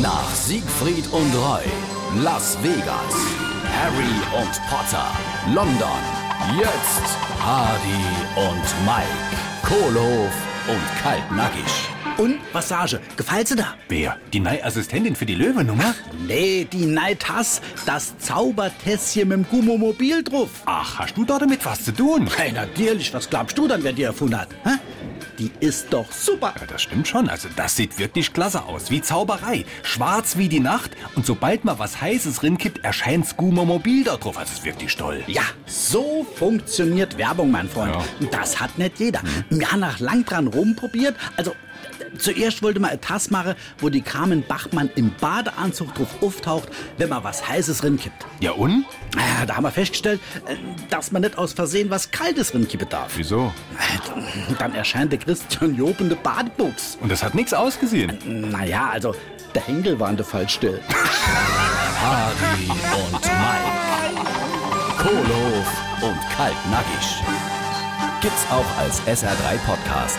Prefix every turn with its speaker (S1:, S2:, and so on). S1: Nach Siegfried und Roy, Las Vegas, Harry und Potter, London, jetzt Hardy und Mike, Kohlehof und Kaltnackig.
S2: Und Massage. Gefällt sie da?
S3: Wer? Die neue Assistentin für die Löwenummer?
S2: Nee, die Neid has das Zaubertässchen mit dem Gummomobil drauf.
S3: Ach, hast du da damit was zu tun?
S2: Hey, natürlich, was glaubst du dann, wer die erfunden hat? Hä? Die ist doch super.
S3: Ja, das stimmt schon. Also das sieht wirklich klasse aus. Wie Zauberei. Schwarz wie die Nacht. Und sobald mal was Heißes rinkippt, erscheint Scoomomobil da drauf. Also es ist wirklich toll.
S2: Ja, so funktioniert Werbung, mein Freund. Das hat nicht jeder. Wir haben nach lang dran rumprobiert. Also, äh, zuerst wollte man eine Tasse machen, wo die Carmen Bachmann im Badeanzug drauf auftaucht, wenn man was Heißes rinkippt.
S3: Ja und?
S2: Ah, Da haben wir festgestellt, äh, dass man nicht aus Versehen was Kaltes rinkippen darf.
S3: Wieso?
S2: Äh, Dann erscheint der Christian Job in der Badebuchs.
S3: Und das hat nichts ausgesehen.
S2: Naja, also, der Henkel war in der Fallstelle.
S1: Hardy und Mike, Kohlehof und Kaltnackig. Gibt's auch als SR3 Podcast.